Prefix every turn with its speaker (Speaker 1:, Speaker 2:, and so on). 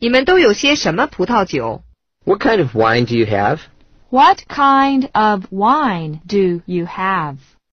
Speaker 1: 你们都有些什么葡萄酒？
Speaker 2: What kind of wine do you have?
Speaker 3: What kind of wine do you have?